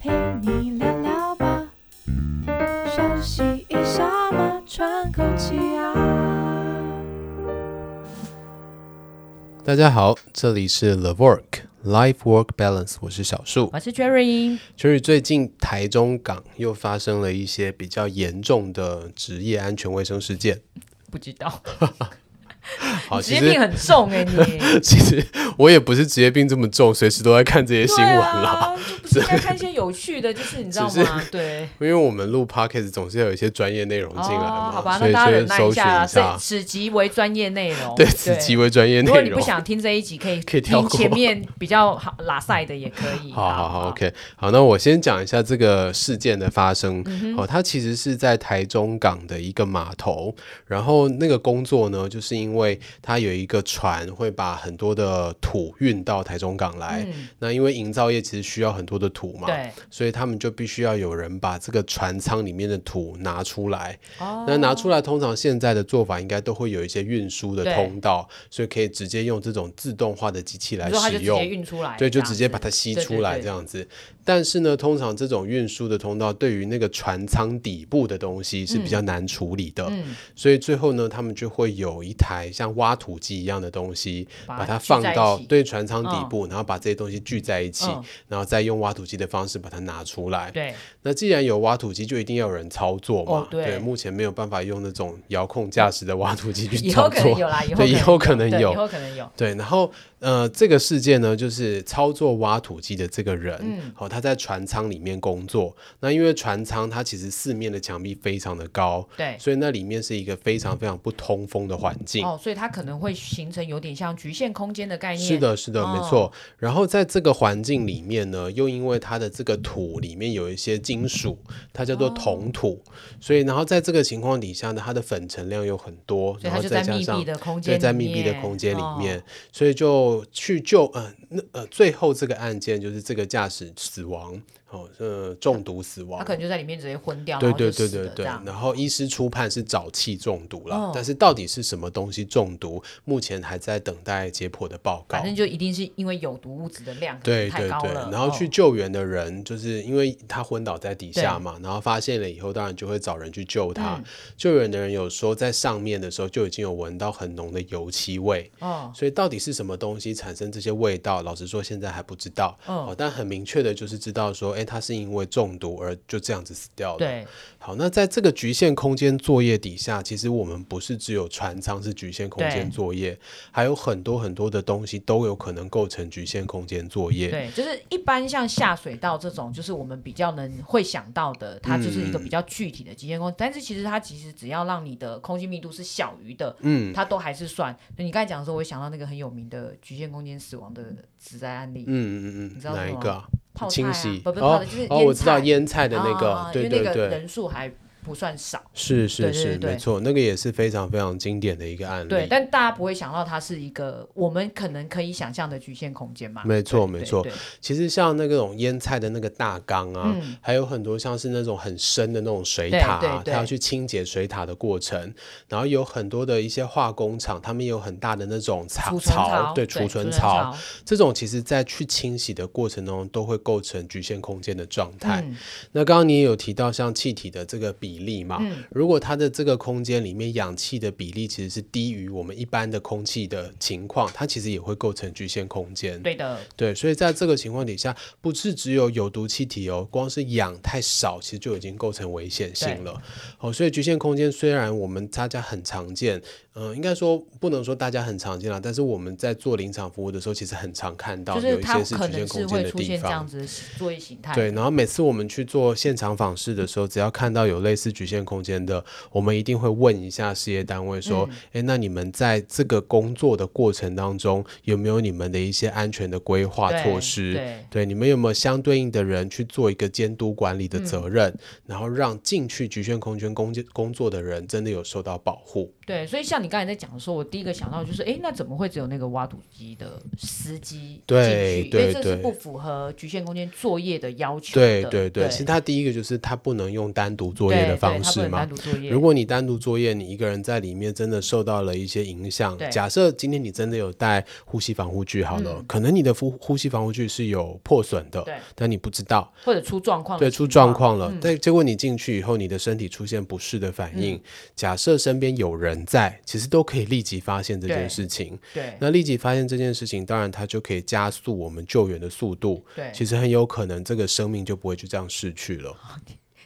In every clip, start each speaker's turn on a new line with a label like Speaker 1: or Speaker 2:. Speaker 1: 陪你聊聊吧，休息一下嘛，喘口气啊。
Speaker 2: 大家好，这里是 The Work Life Work Balance，我是小树。
Speaker 3: 我是 Jerry，
Speaker 2: 就是最近台中港又发生了一些比较严重的职业安全卫生事件。
Speaker 3: 不知 道，
Speaker 2: 好，
Speaker 3: 职
Speaker 2: 其
Speaker 3: 业病
Speaker 2: 实
Speaker 3: 很重哎、你
Speaker 2: 其实我也不是职业病这么重，随时都在看这些新闻啦。
Speaker 3: 对啊，就不是应该看一些有趣的，就是你知道
Speaker 2: 只
Speaker 3: 吗？对，
Speaker 2: 因为我们录 podcast 总是要有一些专业内容进来嘛，
Speaker 3: 哦，好吧，
Speaker 2: 所
Speaker 3: 那
Speaker 2: 以
Speaker 3: 大
Speaker 2: 就
Speaker 3: 家
Speaker 2: 会
Speaker 3: 忍耐
Speaker 2: 搜
Speaker 3: 一
Speaker 2: 寻
Speaker 3: 下啦，
Speaker 2: 一
Speaker 3: 是
Speaker 2: 下。
Speaker 3: 此集为专业内容，
Speaker 2: 对，此集为专业
Speaker 3: 如
Speaker 2: 内
Speaker 3: 果你
Speaker 2: 容
Speaker 3: 不。想听这一集，可以
Speaker 2: 可以跳
Speaker 3: 听
Speaker 2: 过
Speaker 3: 前面比较好拉塞的也可以。啊
Speaker 2: 好好好，OK，好，那我先讲一下这个事件的发生。
Speaker 3: 嗯
Speaker 2: 哦，它其实是在台中港的一个码头，然后那个工作呢，就是因为它有一个船会把很多的土运到台中港来。
Speaker 3: 嗯，
Speaker 2: 那因为营造业其实需要很多的土嘛，
Speaker 3: 对，
Speaker 2: 所以他们就必须要有人把这个船舱里面的土拿出来。
Speaker 3: 哦
Speaker 2: 那拿出来，通常现在的做法应该都会有一些运输的
Speaker 3: 对
Speaker 2: 通道，所以可以直接用这种自动化的机器来
Speaker 3: 你说它就
Speaker 2: 使
Speaker 3: 直
Speaker 2: 用
Speaker 3: 接。运出来，
Speaker 2: 对，就
Speaker 3: 这样
Speaker 2: 直接
Speaker 3: 子
Speaker 2: 把它吸
Speaker 3: 对
Speaker 2: 出
Speaker 3: 对
Speaker 2: 来
Speaker 3: 对
Speaker 2: 这样子。但是呢，通常这种运输的通道对于那个船舱底部的东西是比较难处理的，
Speaker 3: 嗯，
Speaker 2: 所以最后呢，他们就会有一台像挖土机一样的东西，把它
Speaker 3: 聚
Speaker 2: 放
Speaker 3: 在一
Speaker 2: 到
Speaker 3: 起
Speaker 2: 对船舱底
Speaker 3: 嗯
Speaker 2: 部，然后把这些东西聚在一起，
Speaker 3: 嗯
Speaker 2: 然后再用挖土机的方式把它拿出来。
Speaker 3: 对，
Speaker 2: 那既然有挖土机，就一定要有人操作嘛。
Speaker 3: 哦对
Speaker 2: 目前没有办法用那种遥控驾驶的挖土 机去
Speaker 3: 以
Speaker 2: 操
Speaker 3: 后可能
Speaker 2: 作。
Speaker 3: 有啦，以后
Speaker 2: 对，以后可能
Speaker 3: 对
Speaker 2: 有
Speaker 3: 以，后可能有，
Speaker 2: 对，然后呃，这个事件呢，就是操作挖土机的这个人，
Speaker 3: 嗯
Speaker 2: 好、他在船舱里面工作。那因为船舱它其实四面的墙壁非常的高，
Speaker 3: 对。
Speaker 2: 所以那里面是一个非常非常不通风的环境。
Speaker 3: 哦，所以它可能会形成有点像局限空间的概念。
Speaker 2: 是，的，是的，没
Speaker 3: 哦
Speaker 2: 错。然后在这个环境里面呢，又因为它的这个土里面有一些金属，它叫
Speaker 3: 哦
Speaker 2: 做铜土，所以然后在这个情况底下呢，它的粉尘量又很多，
Speaker 3: 所以
Speaker 2: 然
Speaker 3: 它
Speaker 2: 后
Speaker 3: 就
Speaker 2: 再
Speaker 3: 在
Speaker 2: 加
Speaker 3: 密
Speaker 2: 上
Speaker 3: 闭的空间
Speaker 2: 对，
Speaker 3: 里面，
Speaker 2: 在密闭的空间里面，
Speaker 3: 哦
Speaker 2: 所以就去救呃那呃最后这个案件就是这个驾驶死亡哦呃中毒死亡
Speaker 3: 他，可能就在里面直接昏掉，
Speaker 2: 对
Speaker 3: 然后
Speaker 2: 对
Speaker 3: 就
Speaker 2: 对
Speaker 3: 死
Speaker 2: 对
Speaker 3: 了
Speaker 2: 对，
Speaker 3: 这样
Speaker 2: 然后医师初判是沼气中毒啦，
Speaker 3: 哦
Speaker 2: 但是到底是什么东西中毒，目前还在等待解剖的报告
Speaker 3: 反。正就一定是因为有毒物质的量可
Speaker 2: 对
Speaker 3: 能太
Speaker 2: 对
Speaker 3: 高
Speaker 2: 对，
Speaker 3: 了，
Speaker 2: 然后去
Speaker 3: 哦
Speaker 2: 救援的人，就是因为他昏倒在底下
Speaker 3: 对
Speaker 2: 嘛，然后发现了以后，当然就会找人去救他。
Speaker 3: 嗯
Speaker 2: 救援的人有说在上面的时候就已经有闻到很浓的油漆味，
Speaker 3: 哦，
Speaker 2: 所以到底是什么东西产生这些味道？老实说，现在还不知道。
Speaker 3: 嗯
Speaker 2: 哦，但很明确的就是知道说，哎，他是因为中毒而就这样子死掉的。
Speaker 3: 对，
Speaker 2: 好，那在这个局限空间作业底下，其实我们不是只有船舱是局限空间
Speaker 3: 对
Speaker 2: 作业，还有很多很多的东西都有可能构成局限空间作业。
Speaker 3: 对，就是一般像下水道这种，就是我们比较能会想到的，它就是一个
Speaker 2: 嗯
Speaker 3: 比较具体的极限空间。但是其实它其实只要让你的空气密度是小于的，
Speaker 2: 嗯
Speaker 3: 它都还是算。你刚才讲的时候，我想到那个很有名的局限空间死亡的死灾案例，
Speaker 2: 嗯嗯嗯
Speaker 3: 你
Speaker 2: 嗯，
Speaker 3: 知道
Speaker 2: 哪
Speaker 3: 什
Speaker 2: 一
Speaker 3: 么
Speaker 2: 个、啊？
Speaker 3: 泡菜
Speaker 2: 清
Speaker 3: 啊，
Speaker 2: 洗
Speaker 3: 不不是
Speaker 2: 哦
Speaker 3: 泡菜，就是
Speaker 2: 哦，我知道
Speaker 3: 菜
Speaker 2: 腌菜的那个，
Speaker 3: 啊
Speaker 2: 对
Speaker 3: 因
Speaker 2: 对
Speaker 3: 为那个
Speaker 2: 对，
Speaker 3: 人数还不算少，
Speaker 2: 是是
Speaker 3: 对
Speaker 2: 是，
Speaker 3: 对对
Speaker 2: 没错，那个也是非常非常经典的一个案例。
Speaker 3: 对，但大家不会想到它是一个我们可能可以想象的局限空间嘛。
Speaker 2: 没错没
Speaker 3: 对
Speaker 2: 错，啊
Speaker 3: 对
Speaker 2: 其实像那个种腌菜的那个大缸啊，
Speaker 3: 嗯
Speaker 2: 还有很多像是那种很深的那种水
Speaker 3: 对
Speaker 2: 塔、
Speaker 3: 对
Speaker 2: 啊，它
Speaker 3: 对
Speaker 2: 要去清洁水塔的过程，然后有很多的一些化工厂，他们也有很大的那种草
Speaker 3: 储存槽
Speaker 2: 对储
Speaker 3: 储
Speaker 2: 存
Speaker 3: 存
Speaker 2: 槽，，这种其实在去清洗的过程中都会构成局限空间的状态。
Speaker 3: 嗯，
Speaker 2: 那刚刚你也有提到像气体的这个比例嘛，
Speaker 3: 嗯
Speaker 2: 如果它的这个空间里面氧气的比例其实是低于我们一般的空气的情况，它其实也会构成局限空间。
Speaker 3: 对的，
Speaker 2: 对，所以在这个情况底下，不是只有有毒气体哦，光是氧太少，其实就已经构成危险性了。哦，所以局限空间虽然我们大家很常见，嗯、应该说不能说大家很常见啦，但是我们在做临场服务的时候，其实很常看到
Speaker 3: 就
Speaker 2: 有
Speaker 3: 是
Speaker 2: 一
Speaker 3: 它
Speaker 2: 些是
Speaker 3: 可
Speaker 2: 局限
Speaker 3: 能是
Speaker 2: 空间
Speaker 3: 会
Speaker 2: 的
Speaker 3: 出
Speaker 2: 地
Speaker 3: 现这样
Speaker 2: 方。
Speaker 3: 子的作业形态。
Speaker 2: 对，然后每次我们去做现场访视的时候，只要看到有类似局限空间的，我们一定会问一下事业单位说：“
Speaker 3: 嗯
Speaker 2: 诶，那你们在这个工作的过程当中，有没有你们的一些安全的规划
Speaker 3: 对
Speaker 2: 措施？”
Speaker 3: 对
Speaker 2: 对，你们有没有相对应的人去做一个监督管
Speaker 3: 嗯
Speaker 2: 理的责任，然后让进去局限空间工作工作的人真的有受到保护？
Speaker 3: 对，所以像你刚才在讲说，我第一个想到就是，哎，那怎么会只有那个挖土机的司机
Speaker 2: 对
Speaker 3: 进去？因
Speaker 2: 对
Speaker 3: 为这是
Speaker 2: 对
Speaker 3: 不符合局限空间作业的要求
Speaker 2: 对
Speaker 3: 的
Speaker 2: 对对，
Speaker 3: 对，
Speaker 2: 其实它第一个就是它不能用单独作业
Speaker 3: 对
Speaker 2: 的
Speaker 3: 对
Speaker 2: 方
Speaker 3: 它不
Speaker 2: 式
Speaker 3: 能
Speaker 2: 嘛
Speaker 3: 单。独作业，
Speaker 2: 如果你单独作业，你一个人在里面真的受到了一些影响
Speaker 3: 对。嗯
Speaker 2: 假设今天你真的有带呼吸防护具好了，可能你的呼呼吸防护具是有破损的，
Speaker 3: 对
Speaker 2: 但你不知道，
Speaker 3: 或者出状况的嗯
Speaker 2: 对，
Speaker 3: 情
Speaker 2: 出状况了。但结果你进去以后，你的身体出现不适的反
Speaker 3: 嗯
Speaker 2: 应，假设身边有人在，其实都可以立即发现这
Speaker 3: 对
Speaker 2: 件事情。
Speaker 3: 对
Speaker 2: 那立即发现这件事情，当然它就可以加速我们救援的速度。
Speaker 3: 对，
Speaker 2: 其实很有可能这个生命就不会就这样逝去了。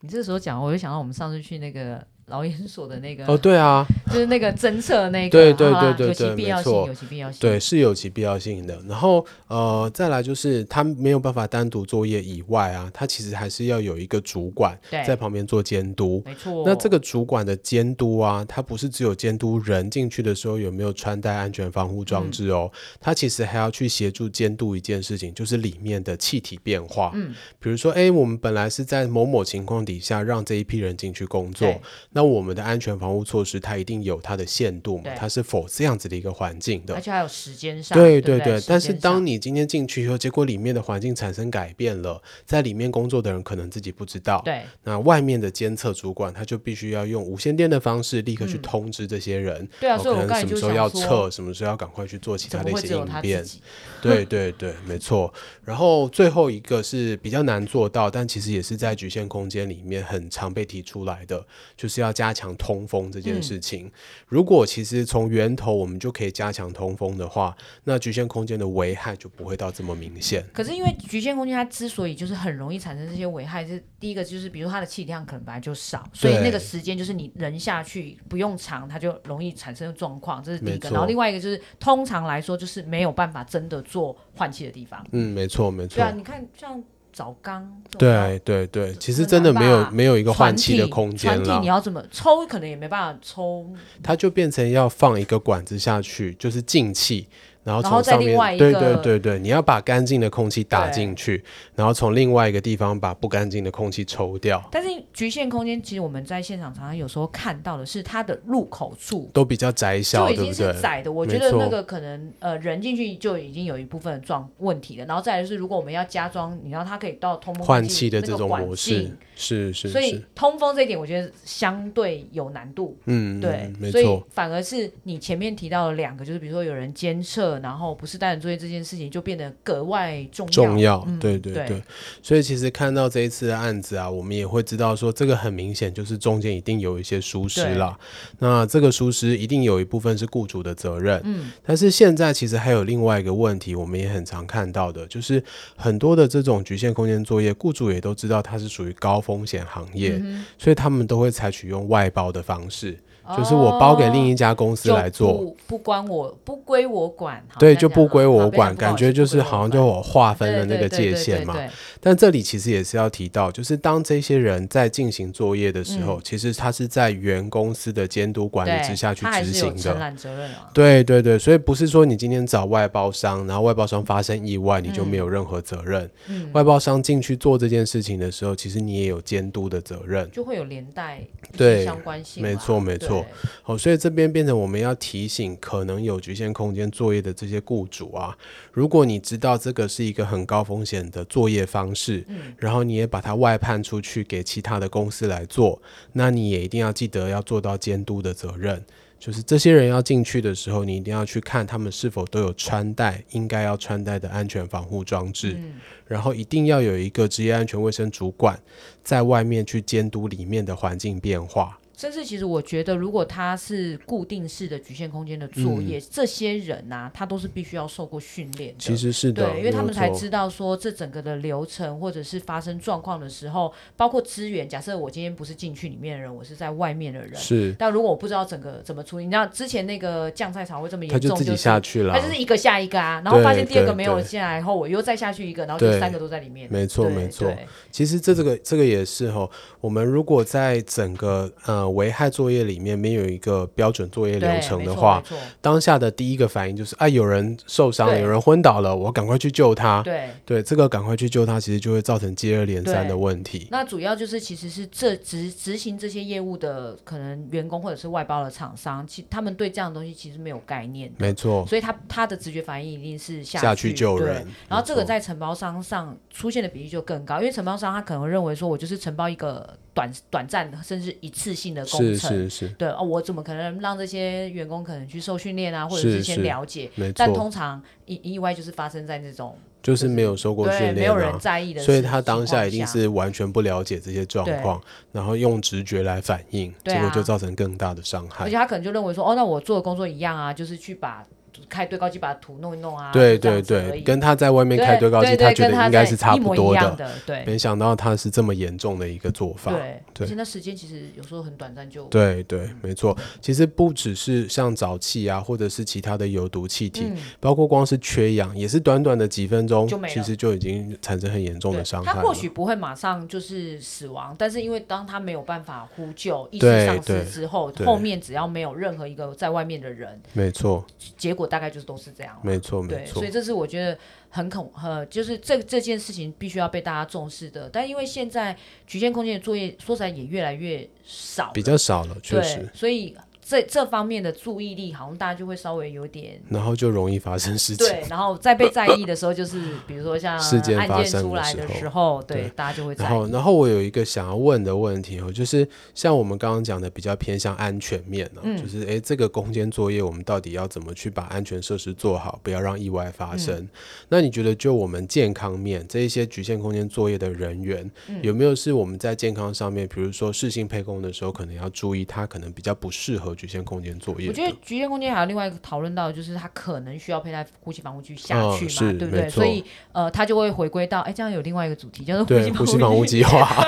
Speaker 3: 你这时候讲，我就想到我们上次去那个劳研所的那个，
Speaker 2: 哦，对啊，
Speaker 3: 就是那个侦测那个，
Speaker 2: 对对
Speaker 3: 好啦
Speaker 2: 对对
Speaker 3: 有其
Speaker 2: 对
Speaker 3: 必
Speaker 2: 没
Speaker 3: 要性，
Speaker 2: 错
Speaker 3: 有其必要性，
Speaker 2: 对，是有其必要性的。然后呃，再来就是他没有办法单独作业以外啊，他其实还是要有一个主管
Speaker 3: 对
Speaker 2: 在旁边做监督。
Speaker 3: 没错。
Speaker 2: 那这个主管的监督啊，他不是只有监督人进去的时候有没有穿戴安全防护
Speaker 3: 嗯
Speaker 2: 装置哦，他其实还要去协助监督一件事情，就是里面的气体变化。嗯，比如说，哎，我们本来是在某某情况底下让这一批人进去工
Speaker 3: 对
Speaker 2: 作，那我们的安全防护措施它一定有它的限度嘛
Speaker 3: 对，
Speaker 2: 它是否这样子的一个环境的
Speaker 3: 而。且还有时间上，
Speaker 2: 对对
Speaker 3: 对不
Speaker 2: 对，但
Speaker 3: 时
Speaker 2: 是
Speaker 3: 间
Speaker 2: 当
Speaker 3: 上
Speaker 2: 你今天进去以后，结果里面的环境产生改变了，在里面工作的人可能自己不知道，
Speaker 3: 对
Speaker 2: 那外面的监测主管他就必须要用无线电的方式立刻去通知这些人，
Speaker 3: 嗯对啊，
Speaker 2: 哦
Speaker 3: 所以我
Speaker 2: 可能
Speaker 3: 刚才
Speaker 2: 什
Speaker 3: 就
Speaker 2: 么时候
Speaker 3: 想
Speaker 2: 要
Speaker 3: 说，
Speaker 2: 测，什么时候要赶快去做其
Speaker 3: 怎
Speaker 2: 他的
Speaker 3: 么
Speaker 2: 一
Speaker 3: 会
Speaker 2: 些
Speaker 3: 只有他
Speaker 2: 应
Speaker 3: 自
Speaker 2: 变。
Speaker 3: 己？
Speaker 2: 对对对，没错。然后最后一个是比较难做到，但其实也是在局限空间里面很常被提出来的，就是要加强通风这
Speaker 3: 嗯
Speaker 2: 件事情。如果其实从源头我们就可以加强通风的话，那局限空间的危害就不会到这么明显。
Speaker 3: 可是因为局限空间，它之所以就是很容易产生这些危害，是第一个就是比如说它的气体量可能本来就少，所以那个时间就是你人下去不用长，它就容易产生状况，这是第一
Speaker 2: 没
Speaker 3: 个。
Speaker 2: 错
Speaker 3: 然后另外一个就是通常来说就是没有办法真的做换气的地方。
Speaker 2: 嗯，没错没错。
Speaker 3: 对啊，你看像早缸，
Speaker 2: 对对对，其实
Speaker 3: 很
Speaker 2: 真的
Speaker 3: 难
Speaker 2: 没有
Speaker 3: 吧
Speaker 2: 没有一
Speaker 3: 一
Speaker 2: 个换气的空间
Speaker 3: 啊传递你
Speaker 2: 了，
Speaker 3: 要怎么抽，可能也没办法抽。
Speaker 2: 它就变成要放一个管子下去，就是进气，然后
Speaker 3: 然后
Speaker 2: 从
Speaker 3: 再
Speaker 2: 上
Speaker 3: 另
Speaker 2: 面
Speaker 3: 外一，
Speaker 2: 对
Speaker 3: 个
Speaker 2: 对对对，你要把干净的空气打
Speaker 3: 对
Speaker 2: 进去，然后从另外一个地方把不干净的空气抽掉，
Speaker 3: 但是局限空间，其实我们在现场常常有时候看到的是它的入口处
Speaker 2: 都比较窄小，
Speaker 3: 就已
Speaker 2: 对
Speaker 3: 经
Speaker 2: 不
Speaker 3: 是
Speaker 2: 对？
Speaker 3: 窄的，我
Speaker 2: 没
Speaker 3: 觉得那
Speaker 2: 错
Speaker 3: 个可能呃人进去就已经有一部分的状问题了，然后再来就是如果我们要加装，你让它可以到通风
Speaker 2: 换
Speaker 3: 气
Speaker 2: 气的这种模，
Speaker 3: 那
Speaker 2: 式
Speaker 3: 个管
Speaker 2: 是是
Speaker 3: 径所以
Speaker 2: 是，
Speaker 3: 通风这一点我觉得相对有难度。
Speaker 2: 嗯，
Speaker 3: 对
Speaker 2: 嗯，没
Speaker 3: 所以
Speaker 2: 错，
Speaker 3: 反而是你前面提到了两个，就是比如说有人监测，然后不是单人作业这件事情就变得格外重要。
Speaker 2: 重要，对对
Speaker 3: 嗯对
Speaker 2: 对。所以其实看到这一次的案子啊，我们也会知道说，这个很明显就是中间一定有一些疏失啦。那这个疏失一定有一部分是雇主的责任。嗯，但是现在其实还有另外一个问题，我们也很常看到的，就是很多的这种局限空间作业，雇主也都知道它是属于高风险行
Speaker 3: 嗯
Speaker 2: 业，所以他们都会采取用外包的方式，就是我包给另一家公司
Speaker 3: 哦就
Speaker 2: 来做。
Speaker 3: 不不关我不归我管，好
Speaker 2: 对，
Speaker 3: 这样
Speaker 2: 就
Speaker 3: 讲
Speaker 2: 不
Speaker 3: 好
Speaker 2: 归我
Speaker 3: 好非常
Speaker 2: 管，
Speaker 3: 不
Speaker 2: 感
Speaker 3: 好
Speaker 2: 觉
Speaker 3: 意思
Speaker 2: 就
Speaker 3: 不
Speaker 2: 是
Speaker 3: 归我
Speaker 2: 好像
Speaker 3: 管
Speaker 2: 就我划分
Speaker 3: 对
Speaker 2: 了那
Speaker 3: 对
Speaker 2: 个
Speaker 3: 对
Speaker 2: 界
Speaker 3: 对
Speaker 2: 限
Speaker 3: 对
Speaker 2: 嘛。
Speaker 3: 对
Speaker 2: 但这里其实也是要提到，就是当这些人在进行作业的时候，其实他是在原公司的监督管
Speaker 3: 嗯对
Speaker 2: 理之下去
Speaker 3: 他还
Speaker 2: 执
Speaker 3: 是有
Speaker 2: 行
Speaker 3: 承
Speaker 2: 的。
Speaker 3: 揽责任啊。
Speaker 2: 对对对，所以不是说你今天找外包商，然后外包商发生意外，你
Speaker 3: 嗯
Speaker 2: 就没有任何责任。外包商进去做这件事情的时候，其实你也有监督的责任。
Speaker 3: 就会有连带一些
Speaker 2: 对
Speaker 3: 相关性嘛，
Speaker 2: 没错没错
Speaker 3: 对，
Speaker 2: 哦，所以这边变成我们要提醒可能有局限空间作业的这些雇主啊，如果你知道这个是一个很高风险的作业方式，
Speaker 3: 嗯
Speaker 2: 然后你也把它外判出去给其他的公司来做，那你也一定要记得要做到监督的责任。就是这些人要进去的时候，你一定要去看他们是否都有穿戴应该要穿戴的安全防护装置，
Speaker 3: 嗯
Speaker 2: 然后一定要有一个职业安全卫生主管在外面去监督里面的环境变化。
Speaker 3: 甚至其实我觉得，如果他是固定式的局限空间的作
Speaker 2: 嗯
Speaker 3: 业，这些人呐、他都是必须要受过训练的。
Speaker 2: 其实是的，
Speaker 3: 对，因为他
Speaker 2: 没有
Speaker 3: 们才
Speaker 2: 错
Speaker 3: 知道说这整个的流程，或者是发生状况的时候，包括资源。假设我今天不是进去里面的人，我是在外面的人，
Speaker 2: 是，
Speaker 3: 但如果我不知道整个怎么处理，你知道之前那个酱菜炒会这么严
Speaker 2: 他
Speaker 3: 重，
Speaker 2: 就自己下去了
Speaker 3: 他
Speaker 2: 啊，
Speaker 3: 就是一个下一个啊，然后发现
Speaker 2: 对
Speaker 3: 第二个
Speaker 2: 对
Speaker 3: 没有
Speaker 2: 对
Speaker 3: 进来后，我又再下去一个，然后就
Speaker 2: 对
Speaker 3: 三个都在里面。
Speaker 2: 没错
Speaker 3: 对
Speaker 2: 没错。
Speaker 3: 对
Speaker 2: 哦其实这这个这个也是吼，我们如果在整个呃呃危害作业里面没有一个标准作业
Speaker 3: 对
Speaker 2: 流程的话，，
Speaker 3: 没错没错
Speaker 2: 当下的第一个反应就是啊，有人受伤了，
Speaker 3: 对
Speaker 2: 有人昏倒了，我赶快去救他。
Speaker 3: 对。
Speaker 2: 对，这个赶快去救他，其实就会造成接二连三
Speaker 3: 对
Speaker 2: 的问题。
Speaker 3: 那主要就是其实是这执执行这些业务的可能员工或者是外包的厂商，其他们对这样的东西其实没有概念的，
Speaker 2: 没错，
Speaker 3: 所以他他的直觉反应一定是嗯下
Speaker 2: 哦下
Speaker 3: 去
Speaker 2: 去救
Speaker 3: 对
Speaker 2: 人。
Speaker 3: 然后
Speaker 2: 没
Speaker 3: 这个
Speaker 2: 错
Speaker 3: 在承包商上出现的比例就更高，因为承包商他可能会认为说，我就是承包一个短短暂甚至一次性的工程，
Speaker 2: 是是是，
Speaker 3: 对哦，我怎么可能让这些员工可能去受训练啊，或者
Speaker 2: 是
Speaker 3: 是先
Speaker 2: 是
Speaker 3: 了解？
Speaker 2: 没
Speaker 3: 但
Speaker 2: 错，
Speaker 3: 通常意意外就是发生在那种
Speaker 2: 就是没有受过
Speaker 3: 对
Speaker 2: 训
Speaker 3: 没
Speaker 2: 练
Speaker 3: 有人
Speaker 2: 啊，
Speaker 3: 在意的情
Speaker 2: 所
Speaker 3: 况，
Speaker 2: 以他当下一定是完全不了解这些状
Speaker 3: 对
Speaker 2: 况，然后用直觉来反应，
Speaker 3: 对
Speaker 2: 结果
Speaker 3: 啊
Speaker 2: 就造成更大的伤
Speaker 3: 而
Speaker 2: 害
Speaker 3: 且。他可能就认为说，哦，那我做的工作一样啊，就是去把开对高机把土弄一弄啊，
Speaker 2: 对
Speaker 3: 就这样
Speaker 2: 对
Speaker 3: 子而
Speaker 2: 对，
Speaker 3: 已
Speaker 2: 跟他在外面开
Speaker 3: 对
Speaker 2: 高机，
Speaker 3: 对
Speaker 2: 他
Speaker 3: 对
Speaker 2: 觉
Speaker 3: 跟
Speaker 2: 得
Speaker 3: 他
Speaker 2: 应该
Speaker 3: 在
Speaker 2: 是差
Speaker 3: 一
Speaker 2: 不
Speaker 3: 模
Speaker 2: 多
Speaker 3: 一样
Speaker 2: 的，
Speaker 3: 的，对
Speaker 2: 没想到他是这么严重的一个做法。
Speaker 3: 对，
Speaker 2: 对
Speaker 3: 而且那时间其实有时候很短暂就
Speaker 2: 对对，没错。其实不只是像沼气啊，或者是其他的有毒气体，
Speaker 3: 嗯
Speaker 2: 包括光是缺氧，也是短短的几分钟
Speaker 3: 就，没
Speaker 2: 其
Speaker 3: 了
Speaker 2: 实就已经产生很严重
Speaker 3: 对
Speaker 2: 的伤害
Speaker 3: 他
Speaker 2: 了。
Speaker 3: 或许不会马上就是死亡，但是因为当他没有办法呼救、意
Speaker 2: 对
Speaker 3: 识丧
Speaker 2: 对
Speaker 3: 失之后，
Speaker 2: 对
Speaker 3: 后面只要没有任何一个在外面的人，
Speaker 2: 没错，
Speaker 3: 结果大概就是都是这样了。
Speaker 2: 没错，没
Speaker 3: 对，
Speaker 2: 错
Speaker 3: 所以。这是我觉得很恐呃，就是这这件事情必须要被大家重视的。但因为现在局限空间的作业，说起来也越来越少了，
Speaker 2: 比较少了，确
Speaker 3: 对
Speaker 2: 实，，
Speaker 3: 所以这这方面的注意力好像大家就会稍微有点
Speaker 2: 然后就容易发生事情。
Speaker 3: 对，然后再被在意的时候，就是比如说像
Speaker 2: 事件发
Speaker 3: 案件
Speaker 2: 生
Speaker 3: 出
Speaker 2: 的
Speaker 3: 来
Speaker 2: 时
Speaker 3: 的
Speaker 2: 候
Speaker 3: 时候，对
Speaker 2: 对，
Speaker 3: 大家就会在
Speaker 2: 然
Speaker 3: 意。
Speaker 2: 后，然后我有一个想要问的问题哦，就是像我们刚刚讲的比较偏向安全面呢、
Speaker 3: 嗯
Speaker 2: 就是诶，这个空间作业我们到底要怎么去把安全设施做好，不要让意外
Speaker 3: 嗯
Speaker 2: 发生？那你觉得就我们健康面这一些局限空间作业的人员，
Speaker 3: 嗯
Speaker 2: 有没有是我们在健康上面，比如说适性配工的时候，可能要注意他可能比较不适合局限空间作业
Speaker 3: 我
Speaker 2: 的？
Speaker 3: 觉得局限空间还有另外一个讨论到，就是他可能需要佩戴呼吸防护具下
Speaker 2: 嗯
Speaker 3: 去嘛，
Speaker 2: 是
Speaker 3: 对不
Speaker 2: 没
Speaker 3: 对？
Speaker 2: 错
Speaker 3: 所以呃，他就会回归到，哎，这样有另外一个主题，叫做
Speaker 2: 对，呼
Speaker 3: 呼
Speaker 2: 吸
Speaker 3: 吸
Speaker 2: 防
Speaker 3: 防
Speaker 2: 护
Speaker 3: 护 具
Speaker 2: 计划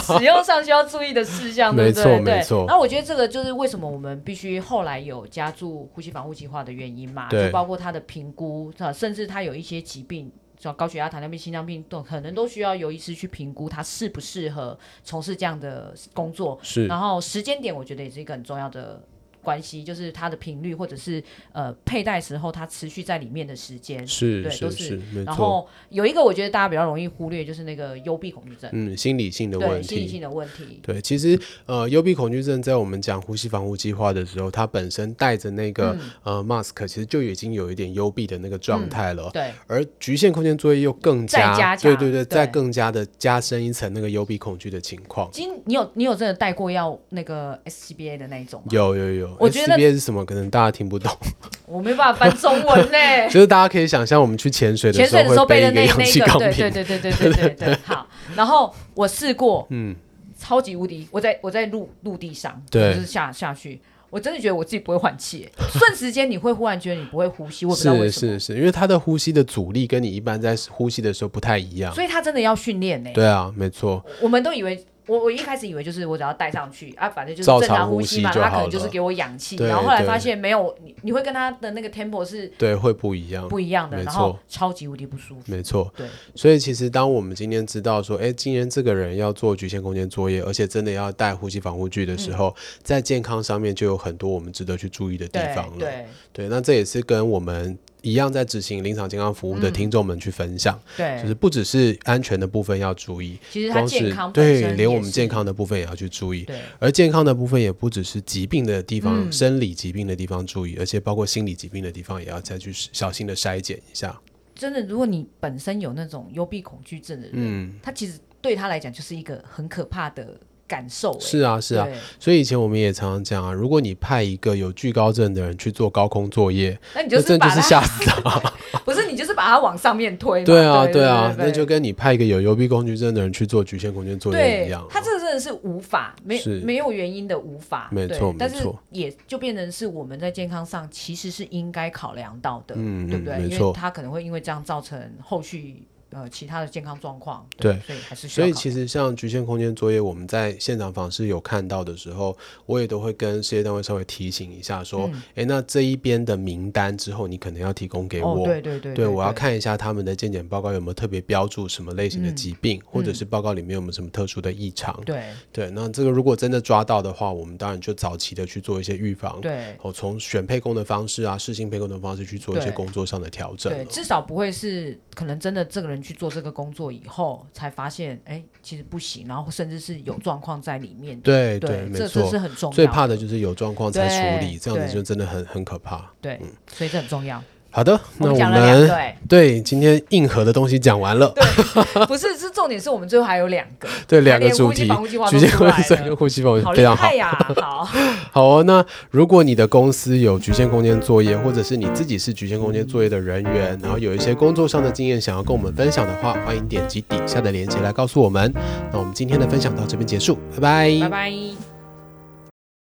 Speaker 3: 使用上需要注意的事项，对
Speaker 2: 没
Speaker 3: 不
Speaker 2: 错
Speaker 3: 对？对
Speaker 2: 没错
Speaker 3: 那我觉得这个就是为什么我们必须后来有加注呼吸防护计划的原因嘛，
Speaker 2: 对
Speaker 3: 就包括他的评估，啊，甚至他有一些疾病。像高血压、糖尿病、心脏病等，可能都需要由医师去评估他适不适合从事这样的工作。
Speaker 2: 是
Speaker 3: 然后时间点，我觉得也是一个很重要的关系，就是它的频率或者是呃佩戴时候它持续在里面的时间。
Speaker 2: 是
Speaker 3: 对
Speaker 2: 是
Speaker 3: 都
Speaker 2: 是，没错，
Speaker 3: 然后有一个我觉得大家比较容易忽略，就是那个幽闭恐惧症，
Speaker 2: 嗯，心理性的问
Speaker 3: 对
Speaker 2: 题，
Speaker 3: 心理性的问题。
Speaker 2: 对，其实呃，幽闭恐惧症在我们讲呼吸防护计划的时候，它本身带着那个、
Speaker 3: 嗯
Speaker 2: 呃 mask，其实就已经有一点幽闭的那个状态了。
Speaker 3: 对
Speaker 2: 而局限空间作业又更
Speaker 3: 嗯再
Speaker 2: 加，
Speaker 3: 加
Speaker 2: 对
Speaker 3: 强
Speaker 2: 对对，
Speaker 3: 对
Speaker 2: 再更加的加深一层那个幽闭恐惧的情况。
Speaker 3: 今你有你有真的戴过要那个 SCBA 的那一种吗？
Speaker 2: 有有有，
Speaker 3: 我觉得
Speaker 2: SBA 是什么？可能大家听不懂，
Speaker 3: 我没办法翻中文呢、
Speaker 2: 就是大家可以想象我们去潜水的
Speaker 3: 潜
Speaker 2: 时候
Speaker 3: 水的时
Speaker 2: 会
Speaker 3: 候背的
Speaker 2: 一个
Speaker 3: 那
Speaker 2: 氧
Speaker 3: 那
Speaker 2: 气
Speaker 3: 一个
Speaker 2: 钢，
Speaker 3: 对对
Speaker 2: 瓶，
Speaker 3: 对对对对对 对，好。然后我试过，嗯，超级无敌，我在我在陆陆地上，
Speaker 2: 对
Speaker 3: 就是下下去，我真的觉得我自己不会换气，瞬时间你会忽然觉得你不会呼吸，我也不知道为
Speaker 2: 是
Speaker 3: 什么
Speaker 2: 是，是，因为它的呼吸的阻力跟你一般在呼吸的时候不太一样。
Speaker 3: 所以他真的要训练呢。
Speaker 2: 对啊，没错。
Speaker 3: 我们都以为。我我一开始以为就是我只要戴上去啊，反正就是
Speaker 2: 照
Speaker 3: 正
Speaker 2: 常
Speaker 3: 常
Speaker 2: 呼
Speaker 3: 呼
Speaker 2: 吸
Speaker 3: 嘛，
Speaker 2: 就
Speaker 3: 他可
Speaker 2: 好
Speaker 3: 能就
Speaker 2: 了
Speaker 3: 是给我氧气，
Speaker 2: 对
Speaker 3: 然后后来
Speaker 2: 对
Speaker 3: 发现没有，你你会跟他的那个 tempo 是
Speaker 2: 对，会不一样。
Speaker 3: 不一样的，
Speaker 2: 没
Speaker 3: 然
Speaker 2: 错
Speaker 3: 后超级无敌不舒服。
Speaker 2: 没错，
Speaker 3: 对，
Speaker 2: 所以其实当我们今天知道说，哎，今天这个人要做局限空间作业，而且真的要带呼吸防护具的
Speaker 3: 嗯
Speaker 2: 时候，在健康上面就有很多我们值得去注意的地
Speaker 3: 对
Speaker 2: 方了。
Speaker 3: 对
Speaker 2: 对那这也是跟我们一样在执行临床健康服务的听众们去分享，
Speaker 3: 嗯对，
Speaker 2: 就是不只是安全的部分要注意，
Speaker 3: 其实他
Speaker 2: 光
Speaker 3: 健
Speaker 2: 是
Speaker 3: 康本
Speaker 2: 对，
Speaker 3: 身
Speaker 2: 连
Speaker 3: 也
Speaker 2: 我们
Speaker 3: 是
Speaker 2: 健康的部分也要去注意。
Speaker 3: 对
Speaker 2: 而健康的部分也不只是疾病的地方、
Speaker 3: 嗯
Speaker 2: 生理疾病的地方注意，而且包括心理疾病的地方也要再去小心的筛检一下。
Speaker 3: 真的，如果你本身有那种幽闭恐惧症的人，
Speaker 2: 嗯，
Speaker 3: 他其实对他来讲就是一个很可怕的感受、欸。
Speaker 2: 是啊，是啊，
Speaker 3: 对，
Speaker 2: 所以以前我们也常常讲啊，如果你派一个有惧高症的人去做高空作业，
Speaker 3: 那你
Speaker 2: 那
Speaker 3: 就
Speaker 2: 真的
Speaker 3: 是把
Speaker 2: 就是
Speaker 3: 他，
Speaker 2: 吓死他。
Speaker 3: 不是你就是把他往上面推嘛。
Speaker 2: 对啊，
Speaker 3: 对
Speaker 2: 对啊，
Speaker 3: 对
Speaker 2: 那就跟你派一个有幽闭恐惧症的人去做局限空间作业一
Speaker 3: 对
Speaker 2: 样，。
Speaker 3: 他这个真的是无法，没
Speaker 2: 是
Speaker 3: 没有原因的无法，
Speaker 2: 没
Speaker 3: 对
Speaker 2: 错
Speaker 3: 但
Speaker 2: 没
Speaker 3: 是
Speaker 2: 错
Speaker 3: 也就变成是我们在健康上其实是应该考量到的，
Speaker 2: 嗯
Speaker 3: 对不
Speaker 2: 嗯
Speaker 3: 对？
Speaker 2: 没
Speaker 3: 因
Speaker 2: 错
Speaker 3: 为他可能会因为这样造成后续呃其他的健康状况。
Speaker 2: 对
Speaker 3: 所以还是需
Speaker 2: 所
Speaker 3: 要
Speaker 2: 以
Speaker 3: 考
Speaker 2: 其实像局限空间作业，我们在现场访视有看到的时候，我也都会跟事业单位稍微提醒一下，说，
Speaker 3: 嗯
Speaker 2: 诶，那这一边的名单之后，你可能要提供给我。
Speaker 3: 哦，对对对，嗯
Speaker 2: 对，我要看一下他们的健检报告有没有特别标注什么类型的疾病，或者是报告里面有没有什么特殊的异常。
Speaker 3: 对
Speaker 2: 对，那这个如果真的抓到的话，我们当然就早期的去做一些预防。
Speaker 3: 对
Speaker 2: 哦，从选配供的方式啊，适性配供的方式去做一些
Speaker 3: 对
Speaker 2: 工作上的调整了。
Speaker 3: 对，至少不会是可能真的这个人去做这个工作以后才发现，哎，其实不行，然后甚至是有状况在里面。
Speaker 2: 对对
Speaker 3: 对，
Speaker 2: 没
Speaker 3: 这
Speaker 2: 错
Speaker 3: 这是很重要的，
Speaker 2: 最怕的就是有状况才处
Speaker 3: 对
Speaker 2: 理，这样子
Speaker 3: 对
Speaker 2: 就真的很很可怕。
Speaker 3: 对，所以这很重要。
Speaker 2: 好的，嗯那
Speaker 3: 们
Speaker 2: 我
Speaker 3: 讲了两
Speaker 2: 们
Speaker 3: 对，
Speaker 2: 对今天硬核的东西讲完了，
Speaker 3: 不是，是重点是我们最后还有两个，
Speaker 2: 对两个
Speaker 3: 连
Speaker 2: 主
Speaker 3: 呼吸
Speaker 2: 题
Speaker 3: 防护计划，
Speaker 2: 局
Speaker 3: 都
Speaker 2: 限
Speaker 3: 出
Speaker 2: 空
Speaker 3: 来
Speaker 2: 间
Speaker 3: 了
Speaker 2: 跟呼吸法
Speaker 3: 好
Speaker 2: 非
Speaker 3: 厉
Speaker 2: 常好
Speaker 3: 害。呀！ 好，
Speaker 2: 好哦，那如果你的公司有局限空间作业，或者是你自己是局限空间作业的人员，然后有一些工作上的经验想要跟我们分享的话，欢迎点击底下的链接来告诉我们。那我们今天的分享到这边结束，拜拜
Speaker 3: 拜拜。